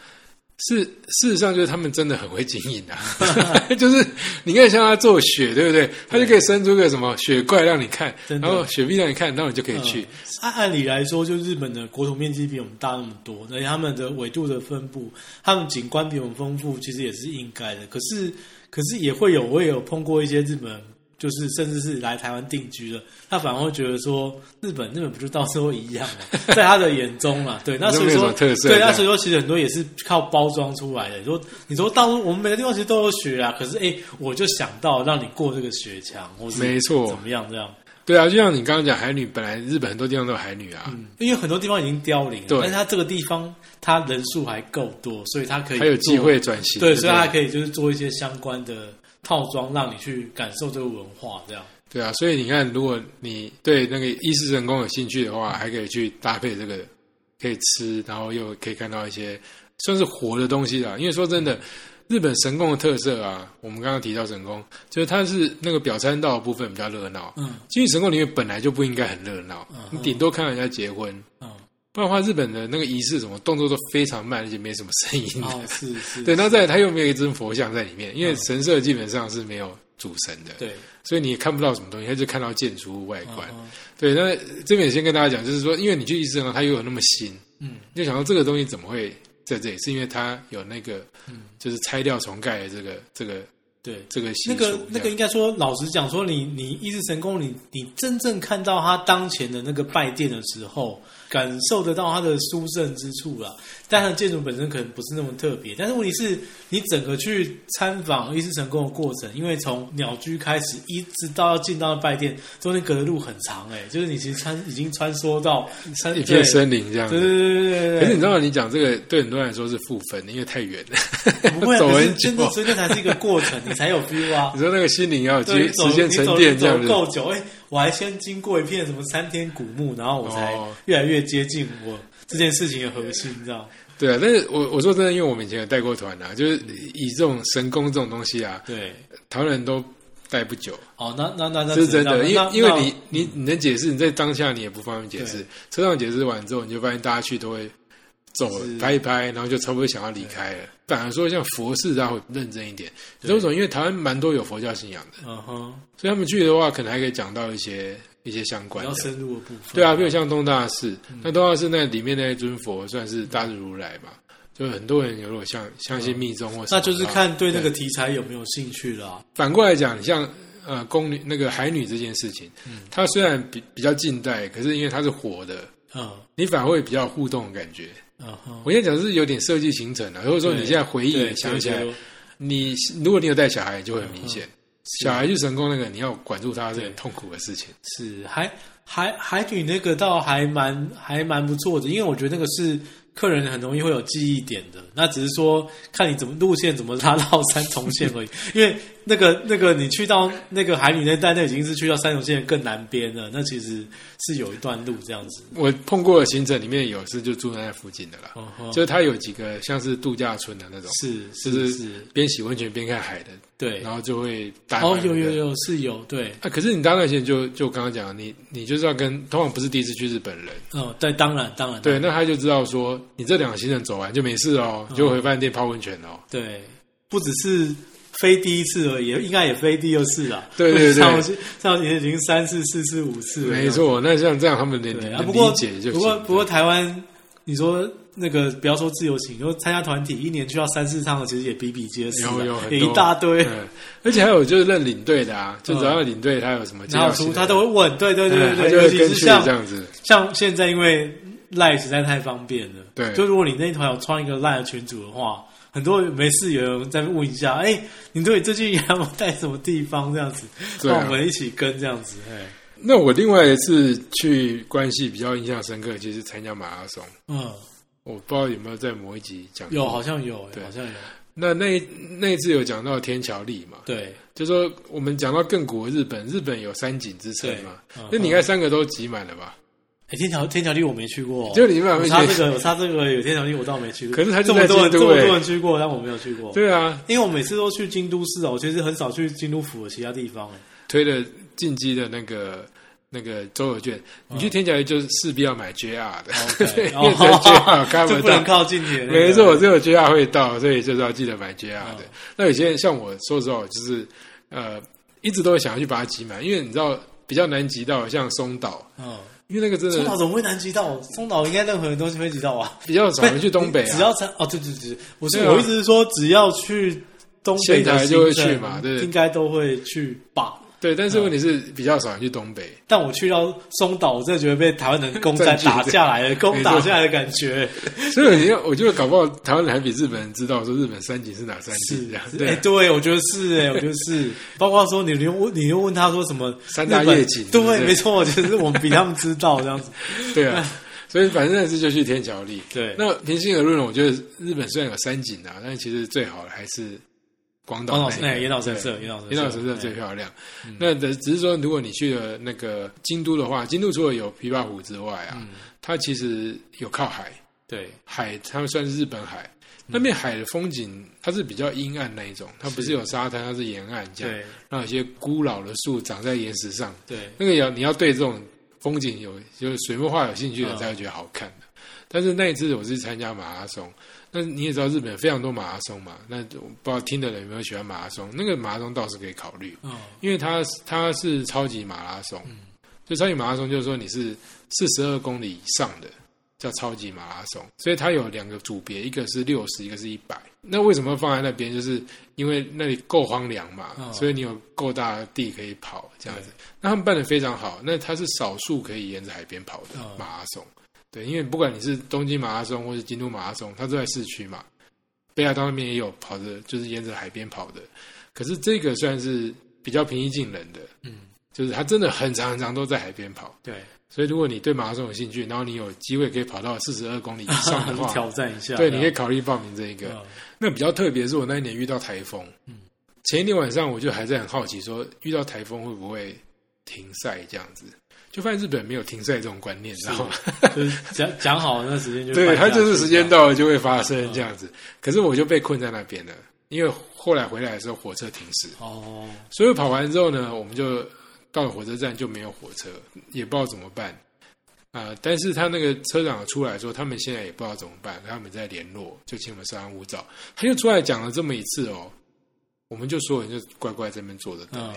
事事实上，就是他们真的很会经营啊， 就是你看像他做雪，对不对？他就可以生出个什么雪怪让你看，真然的后雪碧让你看，然后你就可以去。嗯按按理来说，就日本的国土面积比我们大那么多，而且他们的纬度的分布，他们景观比我们丰富，其实也是应该的。可是，可是也会有，我也有碰过一些日本人，就是甚至是来台湾定居的，他反而会觉得说，日本日本不就到时候一样嘛， 在他的眼中嘛，对，那所以没有什说么特色对，这那样所以说其实很多也是靠包装出来的。你说你说到处我们每个地方其实都有雪啊，可是哎、我就想到让你过这个雪墙，我是没错怎么样这样。对啊，就像你刚刚讲海女，本来日本很多地方都有海女啊，嗯因为很多地方已经凋零了，对但是它这个地方它人数还够多，所以它可以还有机做会转型。对，不所以它还可以就是做一些相关的套装，让你去感受这个文化，这样对啊，所以你看，如果你对那个意式神功有兴趣的话，嗯还可以去搭配这个，可以吃，然后又可以看到一些算是活的东西啦。因为说真的，日本神宫的特色啊，我们刚刚提到神宫，就是它是那个表参道的部分比较热闹。嗯，其实神宫里面本来就不应该很热闹，你顶多看到人家结婚，嗯，不然的话，日本的那个仪式什么动作都非常慢，而且没什么声音的。哦，是是，嗯对，那再来它又没有一尊佛像在里面，因为神社基本上是没有主神的。嗯对，所以你也看不到什么东西，他就看到建筑物外观。嗯对，那这边也先跟大家讲，就是说，因为你去伊斯兰，它又有那么新，嗯，你就想到这个东西怎么会在这里？是因为它有那个，嗯就是拆掉重盖的这个这个对。这个习那俗这个样。那个应该说，老实讲，说你你一世神功，你你真正看到他当前的那个拜殿的时候，感受得到他的殊胜之处啦。但它的建筑本身可能不是那么特别，但是问题是你整个去参访伊势神宫的过程，因为从鸟居开始一直到要进到拜殿，中间隔的路很长、哎，就是你其实穿已经穿梭到山一片对森林这样对子。对对对对可是对你知道，你讲这个对很多人来说是负分的，因为太远 了，不会、啊，走可是很久真。的，所以那才是一个过程，你才有 feel 啊你。说那个心灵要有对，时你走时间沉淀你这走样你子，走够久，哎、我还先经过一片什么三天古墓，然后我才哦越来越接近我这件事情的核心，你知道吗？对啊。但是我我说真的，因为我们以前有带过团啊，就是以这种神功这种东西啊，对，台湾人都带不久。哦，那那那那这是真那的，因那为因为那你你你能解释，你在当下你也不方便解释对。车上解释完之后，你就发现大家去都会走是拍一拍，然后就差不多想要离开了。反而说像佛寺，大家会认真一点。你为什么？因为台湾蛮多有佛教信仰的，嗯哼，所以他们去的话，可能还可以讲到一些一些相比关较的。深入的部分，对啊，比如像东大寺，嗯那东大寺那里面那一尊佛算是大日如来嘛，就很多人有如果像相信密宗或什嗯那么的话啊就是看对那个题材有没有兴趣了、反过来讲，像呃宫女那个海女这件事情，它虽然比比较近代，可是因为它是活的，嗯你反而会比较互动的感觉。嗯哼，我现在讲的是有点设计行程啊，或者说你对现在回对忆想起来对，嗯对你如果你有带小孩，就会很明显。小孩去神功那个，你要管住他是很痛苦的事情。是还还海女那个倒还蛮还蛮不错的，因为我觉得那个是客人很容易会有记忆点的。那只是说看你怎么路线怎么拉到三重 县而已，因为那个那个你去到那个海女那带，那已经是去到三重县更南边了，那其实是有一段路这样子。我碰过的行程里面有是就住在那附近的啦，嗯哼就是它有几个像是度假村的那种，是哦就是是，边洗温泉边看海的，对。然后就会搭哦，满有那有个有是有对，啊，可是你搭那线就就刚刚讲，你你就是要跟通常不是第一次去日本人，哦对，当然当然，对，那他就知道说你这两个行程走完就没事哦，嗯就回饭店泡温泉哦。对，不只是非第一次而已，应该也非第二次啦。对对对上次上次已经三次、四次、五次了。没。错，那像这样他们能对啊，能不过理解就行。不过不过台湾，你说那个不要说自由行，就参加团体，一年去到三四趟的，其实也比比皆是啊，有有很也多一大堆。嗯，而且还有就是认领队的啊，就只要领队他有什么介嗯然绍后行出程，他都会问，对对对嗯他就对对，尤会其跟是去像这样子。像现在因为赖实在太方便了，对就如果你那一团有创一个赖的群组的话，很多人没事有人在问一下，哎、你对你最近有没有带什么地方这样子，对啊那我们一起跟这样子，哎，那我另外一次去关系比较印象深刻，就是参加马拉松，嗯，我不知道有没有在某一集讲过有好像有，对好像有，那那一那一次有讲到天桥立嘛，对就说我们讲到亘古的日本，日本有三井之称对嘛，，嗯那你应该三个都挤满了吧？哎、天桥天桥地我没去过，就你们我两差这个，个，我差这个有天桥地我倒没去过，可是它就这么在多人京这都么哎多人去过，但我没有去过，对啊，因为我每次都去京都市哦，我其实很少去京都府的其他地方， 哎推了进击的那个那个周游券，你去天桥就是势必要买 JR 的，对，啊 OK，因为只 有 JR 开哦就不不能到。靠近你的那个，没错，只有 JR 会到，所以就是要记得买 JR 的嗯。那有些人像我说实话，我就是呃，一直都想要去把它挤满，因为你知道比较难挤到，像松岛，嗯。因为那个真松岛的怎么会南极到？松岛应该任何人都是会极到啊。比较少人去东北 只啊。要参哦，对对对，我是、对啊我一直是说，只要去东北县的台就会行程去嘛对应该都会去吧。对，但是问题是比较少人去东北。但我去到松岛，我真的觉得被台湾 人攻占占据打下来了，攻打没错下来的感觉所以你要，我觉得搞不好台湾人还比日本人知道说日本三井是哪三是井这样。是 对哎，啊，对，我觉得是哎，我觉得 是，包括说你你又问你又问他说什么三大日本夜景对不对，对没错，就是我们比他们知道这样 子，对啊。 所以反正那次就去天桥立。对，哦那平心而论，我觉得日本虽然有三井啊，但其实最好的还是广岛王老那师一哎，个岩岛神社，岩岛神对社，岩岛神社最哎漂亮。那只只是说，如果你去了那个京都的话，京都除了有琵琶湖之外啊，嗯它其实有靠海，对，海它算是日本海。那边海的风景，它是比较阴暗那一种，它不是有沙滩，它是沿岸这样。对那有些孤老的树长在岩石上，对，那个要你要对这种风景有就是水墨画有兴趣的嗯才会觉得好看的。但是那一次我是参加马拉松，那你也知道日本有非常多马拉松嘛，那我不知道听的人有没有喜欢马拉松？那个马拉松倒是可以考虑，嗯，因为它它是超级马拉松，就超级马拉松就是说你是四十二公里以上的叫超级马拉松，所以它有两个组别，一个是六十，一个是一百。那为什么放在那边？就是因为那里够荒凉嘛，嗯所以你有够大的地可以跑这样子。那他们办的非常好，那它是少数可以沿着海边跑的嗯马拉松。对，因为不管你是东京马拉松或是京都马拉松，它都在市区嘛。北海道那边也有跑的，就是沿着海边跑的。可是这个算是比较平易近人的，嗯，就是它真的很长很长都在海边跑。对。所以如果你对马拉松有兴趣，然后你有机会可以跑到四十二公里以上的 话，啊挑战一下，对，这你样嗯可以考虑报名这一啊个。那比较特别是我那一年遇到台风，前一天晚上我就还在很好奇说，遇到台风会不会停赛这样子？就发现日本没有停赛这种观念，然后嗯就是讲 讲好那时间 就对，搬家它就是时间去到了就会发嗯生这样子。可是我就被困在那边了，因为后来回来的时候火车停驶，这样哦，所以跑完之后呢，我们就到了火车站就没有火车，也不知道怎么办。啊、但是他那个车长出来说，他们现在也不知道怎么办，他们在联络，就请我们上岸勿照。他就出来讲了这么一次哦，我们就所有人就乖乖在那边坐着等。嗯，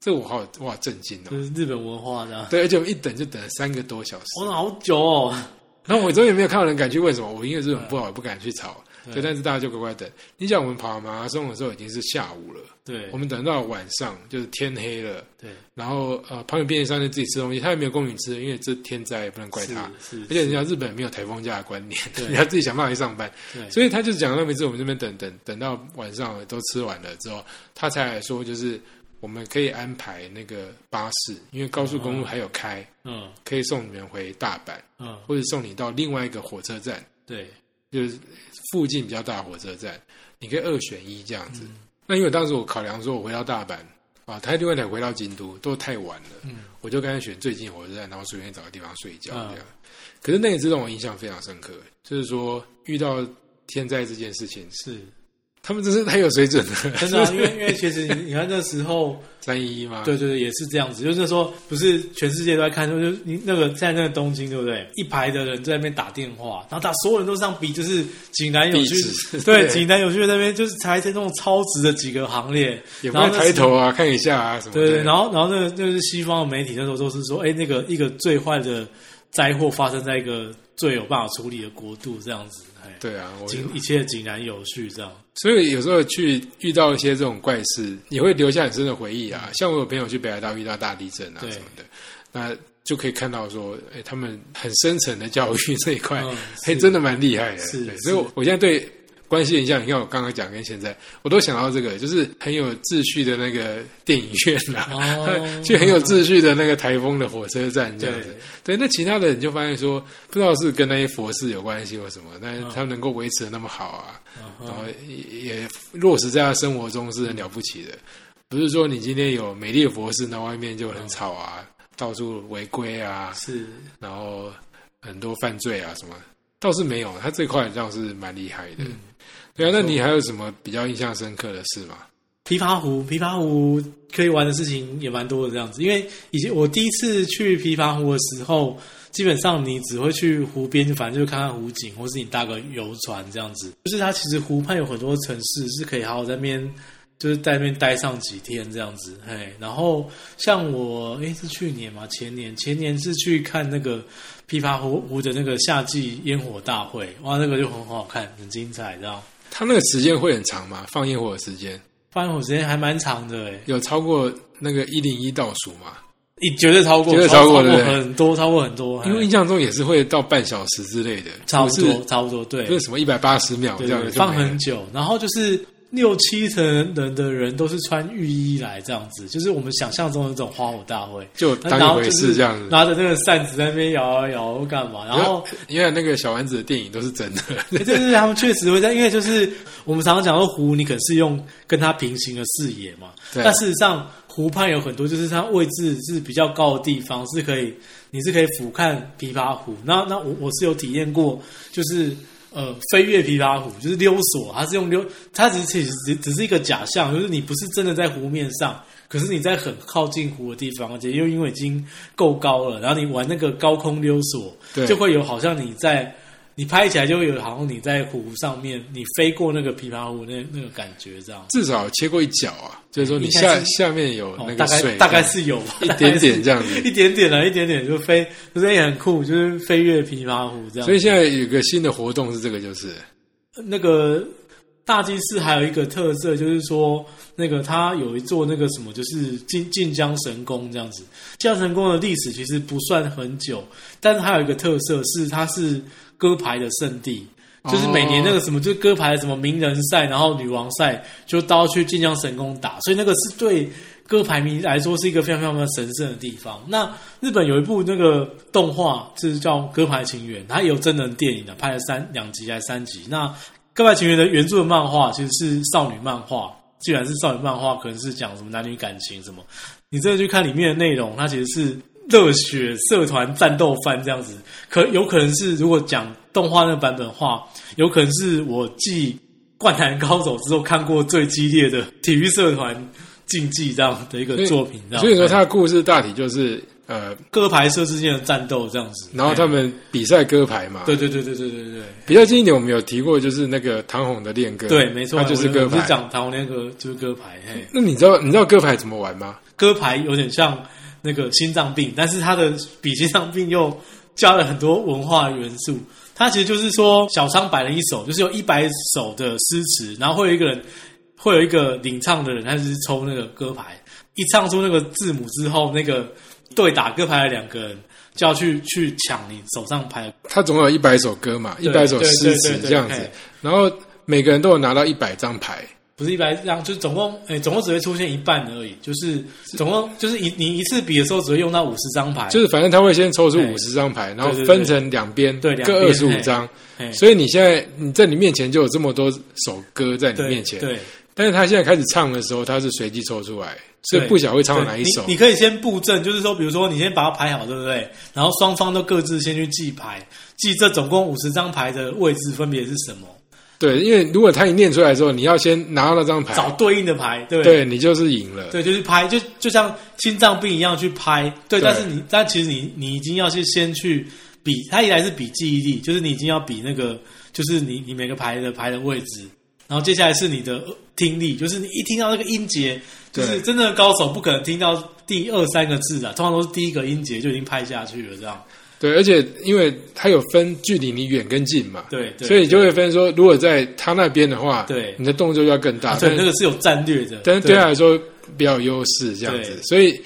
这我好我好震惊哦就！是日本文化的，对，而且我们一等就等了三个多小时。我好 久哦，然后我终于没有看到人敢去问什么，我因为日本不好，也不敢去吵。对，但是大家就乖乖等。你想，我们跑马拉松的时候已经是下午了，对我们等到晚上就是天黑了，对，然后呃，旁边便利商店自己吃东西，他也没有供你吃，因为这天灾也不能怪他。是，而且人家日本没有台风假的观念， 对你要自己想办法去上班。对所以他就讲到每次我们这边等等等到晚上都吃完了之后，他才来说就是我们可以安排那个巴士，因为高速哦公路还有开，嗯可以送你们回大阪，嗯或者送你到另外一个火车站，对，就是附近比较大的火车站，你可以二选一这样子。嗯那因为当时我考量说，我回到大阪啊，台另外台回到京都都太晚了，我就刚才选最近火车站，然后随便找个地方睡觉嗯这样。可是那一次让我印象非常深刻，就是说遇到天灾这件事情， 是他们真是太有水准了，真的啊、因为因为其实你你看那时候， 三一一吗？对对对，也是这样子，就是那时候不是全世界都在看，就是你那个在那个东京，对不对？一排的人在那边打电话，然后打所有人都上比，就是井然有壁纸序，对 对井然有序在那边就是才在那种超值的几个行列，也不然后会那抬时头啊，看一下啊什么的。对对，然后然后那个就是西方的媒体那时候都是说，哎，那个一个最坏的灾祸发生在一个最有办法处理的国度这样子，哎，对啊，我井一切井然有序这样，所以有时候去遇到一些这种怪事，也会留下很深的回忆啊。像我有朋友去北海道遇到大地震啊嗯对什么的，那就可以看到说，哎，他们很深层的教育这一块嗯，哎、是真的蛮厉害的。是对是所以我我现在对关系的印象，你看我刚刚讲跟现在，我都想到这个，就是很有秩序的那个电影院啦、 哦 就很有秩序的那个台风的火车站这样子对，对。那其他的你就发现说，不知道是跟那些佛事有关系或什么，但是嗯他们能够维持的那么好啊，然后也也落实在他生活中是很了不起的。不是说你今天有美丽的佛事，那外面就很吵啊，到处违规啊，是然后很多犯罪啊什么，倒是没有，他这块倒是蛮厉害的。嗯对啊，那你还有什么比较印象深刻的事吗？琵琶湖，琵琶湖可以玩的事情也蛮多的这样子。因为以前我第一次去琵琶湖的时候，基本上你只会去湖边，反正就看看湖景，或是你搭个游船这样子。就是它其实湖畔有很多城市是可以好好在那边，就是在那边待上几天这样子。嘿，然后像我，诶是去年嘛，前年，前年是去看那个琵琶湖湖的那个夏季烟火大会，哇，那个就很好看，很精彩，这样。他那个时间会很长吗？放烟火的时间放烟火时间还蛮长的诶、有超过那个一零一倒数吗？你绝对超过，绝对超过对不对很多，超过很多，因为印哎象中也是会到半小时之类的，差不是多，差不多，对不，是什么一百八十秒对这样对，子就放没了很久，然后就是六七成人的人都是穿浴衣来这样子，就是我们想象中的那种花火大会，就当然一后回就事是这样子。拿着那个扇子在那边摇啊摇干嘛，然后。因为那个小丸子的电影都是真的， 就是他们确实会在，因为就是我们常常讲说湖，你可能是用跟它平行的视野嘛，对但事实上湖畔有很多就是它位置是比较高的地方，是可以你是可以俯瞰琵琶湖。那那我我是有体验过，就是呃飞跃琵琶湖，就是溜索，它是用溜，它只是其实只只是一个假象，就是你不是真的在湖面上。可是你在很靠近湖的地方，而且又因为已经够高了，然后你玩那个高空溜索，对就会有好像你在你拍起来就会有好像你在湖上面，你飞过那个琵琶湖那那个感觉，这样至少切过一角啊，就是说你应该下是下面有哦那，大个水概，大概是有吧，一大概点是。点这样子一点点了，一点点就飞，就是也很酷，就是飞越琵琶湖这样。所以现在有个新的活动是这个，就是那个大祭寺还有一个特色，就是说那个它有一座那个什么，就是晋晋江神宫这样子。晋江神宫的历史其实不算很久，但是它有一个特色是它是歌牌的圣地。就是每年那个什么，就是歌牌什么名人赛，然后女王赛，就都要去晋江神宫打，所以那个是对歌牌迷来说是一个非常非常非常神圣的地方。那日本有一部那个动画是叫《歌牌情缘》，它也有真人电影的，拍了三两集还是三集。那《告白情缘》的原著的漫画其实是少女漫画，既然是少女漫画，可能是讲什么男女感情什么。你真的去看里面的内容，它其实是热血社团战斗番这样子，可有可能是如果讲动画那个版本的话，有可能是我继《灌篮高手》之后看过最激烈的体育社团竞技这样的一个作品，这样所以说他的故事大体就是呃，各牌社之间的战斗这样子。然后他们比赛歌牌嘛，对对对对对对对比较近一点，我们有提过，就是那个唐红的恋歌，对，没错，啊它就是歌我们牌是。讲唐红那个就是歌牌，嘿。那你知道你知道歌牌怎么玩吗？歌牌有点像那个心脏病，但是它的比心脏病又加了很多文化元素。它其实就是说，小仓摆了一首，就是有一百首的诗词，然后会有一个人，会有一个领唱的人，他就是抽那个歌牌，一唱出那个字母之后，那个对打歌牌的两个人就要去去抢你手上牌的他总有一百首歌嘛，一对百首诗对对词对对这样子嘿，然后每个人都有拿到一百张牌，不是一百张，就是总共，哎、总共只会出现一半而已，就是总共就是一你一次比的时候只会用到五十张牌，就是反正他会先抽出哎五十张牌，然后对对分成两边，对两边各二十五哎张。哎所以你现在你在你面前就有这么多首歌在你对面前，对，但是他现在开始唱的时候，他是随机抽出来，所以对不晓得会唱到哪一对首你。你可以先布阵，就是说，比如说你先把它排好，对不对？然后双方都各自先去记牌，记这总共五十张牌的位置分别是什么，对，因为如果他一念出来的时候，你要先拿到那张牌找，对应的牌，对不对哎对你就是赢了。对，就是拍，就就像心脏病一样去拍。对，对但是你，但其实你，你已经要去先去比，它一来是比记忆力，就是你已经要比那个，就是你你每个牌的牌的位置，然后接下来是你的呃听力，就是你一听到那个音节，就是对真正的高手不可能听到第二三个字的，通常都是第一个音节就已经拍下去了，这样。对，而且因为它有分距离你远跟近嘛，对对所以你就会分说，如果在他那边的话，对啊你的动作就要更大，对，但那个是有战略的。啊但是对啊他来说比较有优势这样子对，所以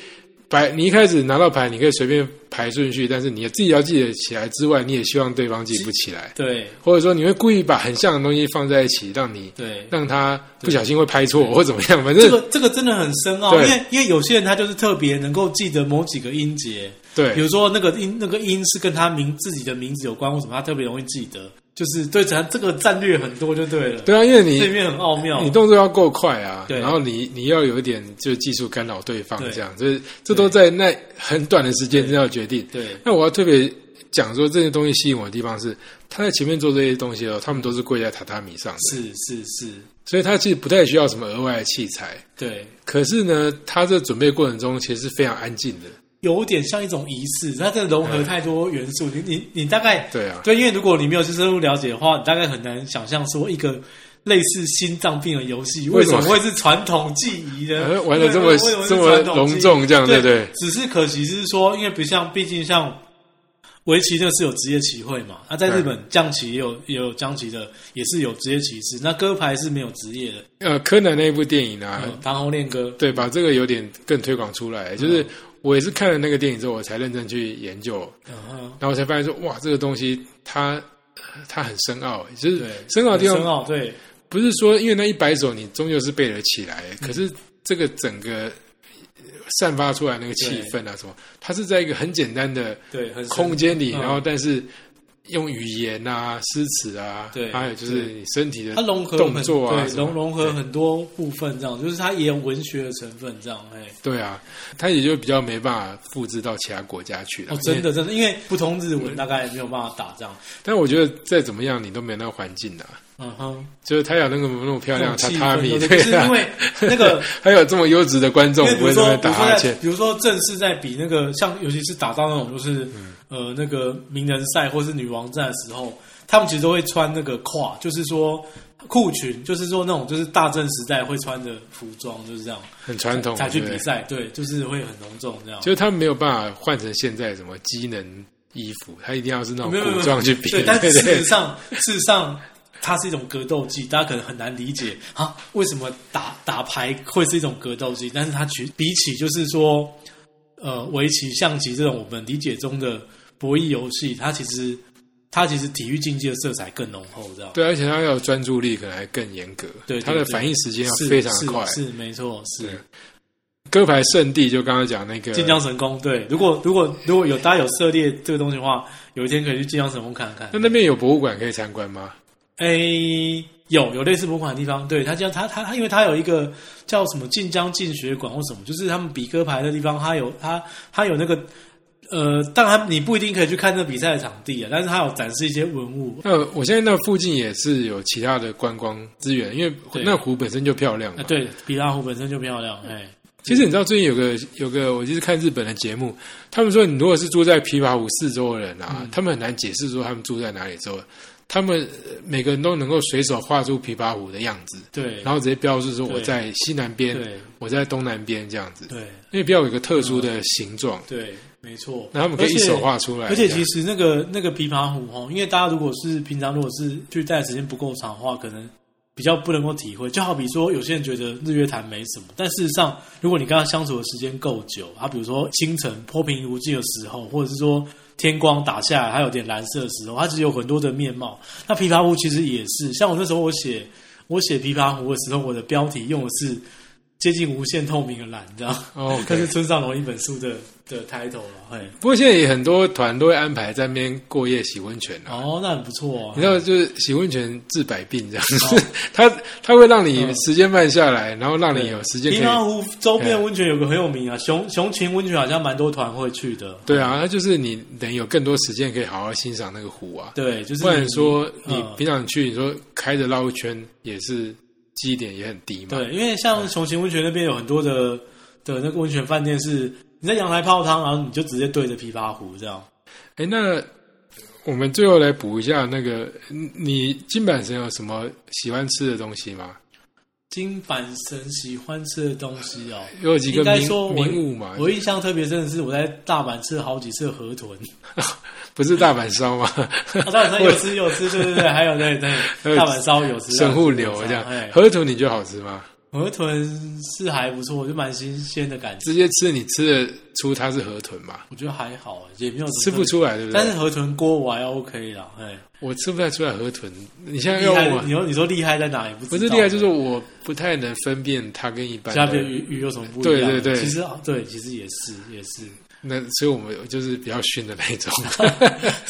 牌你一开始拿到牌，你可以随便排顺序，但是你自己要记得起来之外，你也希望对方记不起来，对或者说你会故意把很像的东西放在一起，让你对，让他不小心会拍错或怎么样，反这正个这个真的很深奥，因对为因为有些人他就是特别能够记得某几个音节。比对如说那个音，那个音是跟他名自己的名字有关，为什么他特别容易记得？就是对，这这个战略很多就对了，对啊，因为这里你面很奥妙。你动作要够快啊，对然后你你要有一点就技术干扰对方对这样，就是这都在那很短的时间之内要决定。对那我要特别讲说这些东西吸引我的地方是，他在前面做这些东西的时候，他们都是跪在榻榻米上的，是是是，所以他其实不太需要什么额外的器材。对，可是呢，他这准备过程中其实是非常安静的，有点像一种仪式，它这融合太多元素。你你你大概对啊对，因为如果你没有去深入了解的话，你大概很难想象说一个。类似心脏病的游戏，为为什什么么会是传统技艺哎 呢？玩得这么为什为什么是传这统技么艺隆重这样对对对只是可惜是说，因为不像，毕竟像围棋那是有职业棋会嘛，那、在日本将棋也有也有将棋的，也是有职业棋士。那歌牌是没有职业的，呃，柯南那一部电影啊，嗯，唐红恋歌，对，把这个有点更推广出嗯来。就是我也是看了那个电影之后，我才认真去研究，嗯哼，然后我才发现说，哇，这个东西它它很深奥，就是对，深奥的地很深方奥，对，不是说因为那一百首你终究是背得起嗯来，可是这个整个散发出来那个气氛啊什么，它是在一个很简单的对，很深空间里，嗯然后但是用语言啊、诗词啊，对还有就是你身体的它融合很动作啊对，什么融融合很多部分，这样就是它也有文学的成分，这样哎。对啊，它也就比较没办法复制到其他国家去了。哦，真因为，的真的，因为不同日文大概没有办法打这样。但我觉得再怎么样，你都没有那个环境的、啊，嗯哼，就是它有那个那么漂那亮种的榻气榻氛米，对不对对，就是啊因为 那个还有这么优质的观众因为比不如会在说，那比打如哈说在欠，比如说正式在比那个像，尤其是打到那种就是、嗯呃那个名人赛或是女王战的时候，他们其实都会穿那个胯，就是说裤裙，就是说那种就是大正时代会穿的服装，就是这样很传统，才去哦对不比对。赛。对，就是会很隆重这样。就是他们没有办法换成现在什么机能衣服，他一定要是那种没有没有哦古装去比， 对，但对事对实上，事实上，它是一种格斗技，大家可能很难理解啊，为什么打打牌会是一种格斗技？但是它其比起就是说，呃，围棋、象棋这种我们理解中的博弈游戏，它其实它其实体育竞技的色彩更浓厚，这样对，而且他要专注力可能还更严格，对对他的反应时间要是非常的快。是是没错，对是歌牌圣地就刚刚讲那个，晋江神功。对，如果如果如果有大家有涉猎这个东西的话，有一天可以去晋江神功看看那。那边有博物馆可以参观吗？诶，哎有有类似博物馆的地方，对，它叫它它它，因为它有一个叫什么晋江进学馆或什么，就是他们比歌牌的地方，它有它它有那个呃，当然你不一定可以去看这比赛的场地啊，但是它有展示一些文物。那我现在那附近也是有其他的观光资源，因为对那湖本身就漂亮啊嘛。，对，比拉湖本身就漂亮，哎，其实你知道最近有个有个，我就是看日本的节目，他们说你如果是住在琵琶湖四周的人啊，嗯他们很难解释说他们住在哪里之后，他们呃每个人都能够随手画出琵琶湖的样子，对，然后直接标示说对我在西南边，对我在东南边这样子，对因为比较有一个特殊的形状，对，没错。那他们可以一而手且画出来而且这其样实那个那个琵琶湖哦，因为大家如果是平常如果是去待的时间不够长的话，可能比较不能够体会。就好比说，有些人觉得日月潭没什么，但事实上，如果你跟他相处的时间够久，啊，比如说清晨波平无际的时候，或者是说天光打下来还有点蓝色的时候，它其实有很多的面貌。那琵琶湖其实也是，像我那时候我写。我写《琵琶湖》的时候，我的标题用的是接近无限透明的蓝，这样。哦 OK 这是村上龙一本书的的 title 了，嘿。不过现在也很多团都会安排在那边过夜洗温泉啊。哦，哦那很不错、啊你。知道，就是洗温泉治百病这样子， 它它会让你时间慢下来，然后让你有时间哦平可以。常湖周边的温泉有个很有名啊，熊熊群温泉好像蛮多团会去的。对啊，它就是你能有更多时间可以好好欣赏那个湖啊。对，就是不然你说嗯你平常去，你说开着绕一圈也是基点也很低嘛。对，因为像重庆温泉那边有很多的的那个温泉饭店是你在阳台泡汤，然后你就直接对着琵琶湖这样。哎，那我们最后来补一下那个，嗯你金板神有什么喜欢吃的东西吗？金板神喜欢吃的东西哦，有几个应该名说我名物嘛？我印象特别深的是我在大阪吃了好几次的 河豚，不是大阪烧吗？ 啊、大阪烧有吃有吃，对对对，还有对对还有大阪烧有哎吃，呃神户牛这样，河豚你觉得好吃吗？河豚是还不错，我就蛮新鲜的感觉，直接吃你吃得出它是河豚吗？我觉得还好，也没有什么吃不出来，对特不对别。嗯但？是河豚锅我还 OK 啦，哎，我吃不太出来河豚。你现在厉要害问，我你，说你说厉害在哪也不知道不是厉害，就是我不太能分辨它跟一般加边的。鱼鱼有什么不一样？对对对其实啊对，其实也是 也是，那所以我们就是比较逊的那一 种。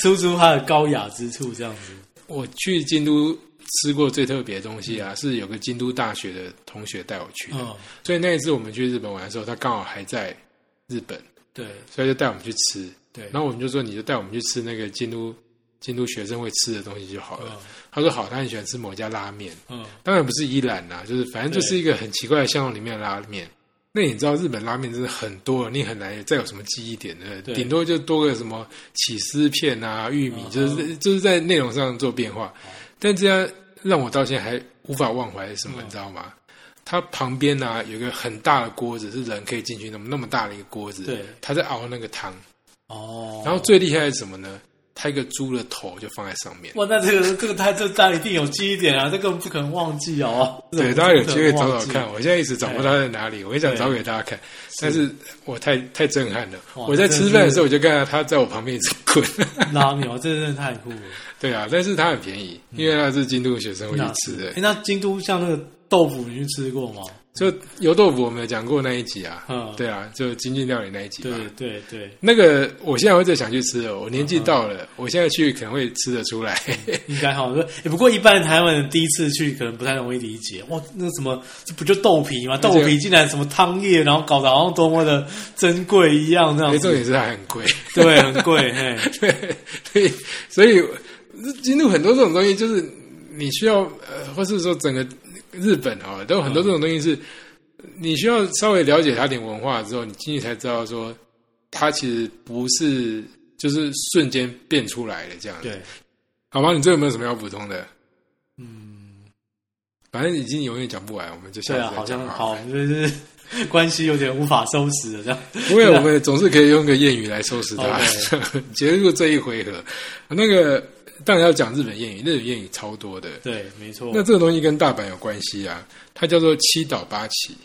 突出它的高雅之处这样子。我去京都吃过最特别的东西啊，是有个京都大学的同学带我去的，嗯，所以那一次我们去日本玩的时候，他刚好还在日本，对所以就带我们去吃。对，然后我们就说，你就带我们去吃那个京都京都学生会吃的东西就好了。嗯他说好，他很喜欢吃某家拉面，嗯当然不是伊兰啦，就是反正就是一个很奇怪的巷弄里面的拉面。那你知道日本拉面真的很多，你很难再有什么记忆点的，对顶多就多个什么起司片啊、玉米嗯，就是就是在内容上做变化。但这样让我到现在还无法忘怀是什么，你知道吗？它旁边呢、有一个很大的锅子，是人可以进去那么那么大的一个锅子，对他在熬那个汤。哦，然后最厉害的是什么呢？它一个猪的头就放在上面。哇，那这个这个它这当然一定有记忆点啊，这个不可能忘记哦。对，这个大家有不机可会能找忘找记看。。我现在一直找不到它在哪里，我也想找给大家看，但是我太太震撼了。哇我在吃饭的时候，我就看到它在我旁边一直滚。拉面，哇这真的太酷了。对啊，但是它很便宜，因为它是京都学生会去嗯那吃的哎，。那京都像那个豆腐，你去吃过吗？就油豆腐，我们有讲过那一集啊，嗯对啊，就京剧料理那一集吧。对嗯对对，那个我现在会再想去吃了，我年纪到了，我现在去可能会吃得出来。 应该哈，诶不过一般台湾人第一次去可能不太容易理解，哇，那什么，这不就豆皮吗？豆皮竟然什么汤液，然后搞得好像多么的珍贵一样，那哎，样重子，点是它很嗯贵。对，很贵，嘿， 对，所以所以京都很多这种东西，就是你需要呃，或是说整个日本哦，都有很多这种东西是，你需要稍微了解它点文化之后，你进去才知道说，它其实不是就是瞬间变出来的这样子， 对，好吗？你这有没有什么要补充的？嗯，反正已经永远讲不完，我们就下嗯对次啊，再好讲像好，就是 关系有点无法收拾了，这样，不会，我们总是可以用个谚语来收拾哦它 OK， 结束这一回合。那个当然要讲日本谚语，日本谚语超多的。对，没错那，这个东西跟大阪有关系啊，它叫做七倒八起，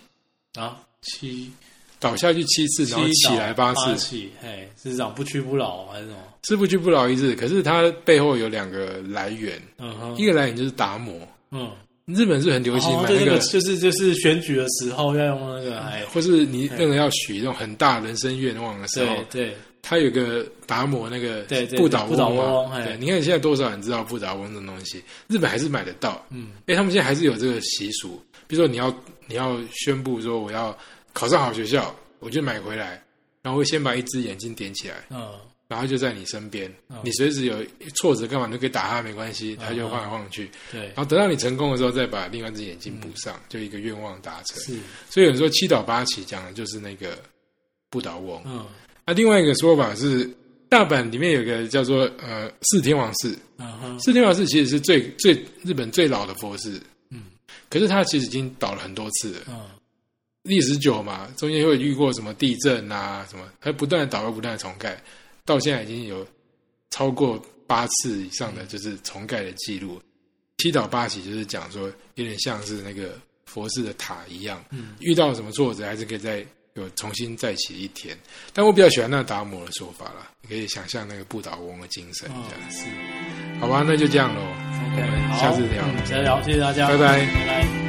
啊，七倒下去七次，然后七起来八次，起，嘿，是长不屈不挠还是什么？是不屈不挠一日。可是它背后有两个来源，嗯一哼，个来源就是达摩，嗯，日本是很流行哦买对那那个个，就是就是选举的时候要用那个，哎，或是你那个要许那种很大人生愿望的时候对，对。它有个达摩那个对对不倒不倒翁翁哎嘛，嘿对，你看现在多少人知道不倒翁这种东西，日本还是买得到，嗯，因为他们现在还是有这个习俗，比如说你要你要宣布说我要考上好学校，我就买回来，然后会先把一只眼睛点起来，嗯，然后就在你身边，哦你随时有挫折干嘛你都可以打它没关系，它就晃来晃去，对然，后等到你成功的时候再把另外一只眼睛补上，就一个愿望达成。嗯是，所以有人说七倒八起讲的就是那个不倒翁，嗯那、啊另外一个说法是，大阪里面有个叫做呃四天王寺，嗯哼，四天王寺其实是最最日本最老的佛寺，嗯，可是它其实已经倒了很多次了，嗯，历史久嘛，中间会遇过什么地震啊，什么，还不断的倒，又不断的重盖，到现在已经有超过八次以上的就是重盖的记录。七倒八起就是讲说，有点像是那个佛寺的塔一样，嗯遇到什么挫折还是可以再有重新再起一天。但我比较喜欢那达摩的说法啦，你可以想象那个不倒翁的精神嗯这样子，是好吧？那就这样喽，我 OK，们好下次聊，嗯下次聊，谢谢大家，拜拜。拜拜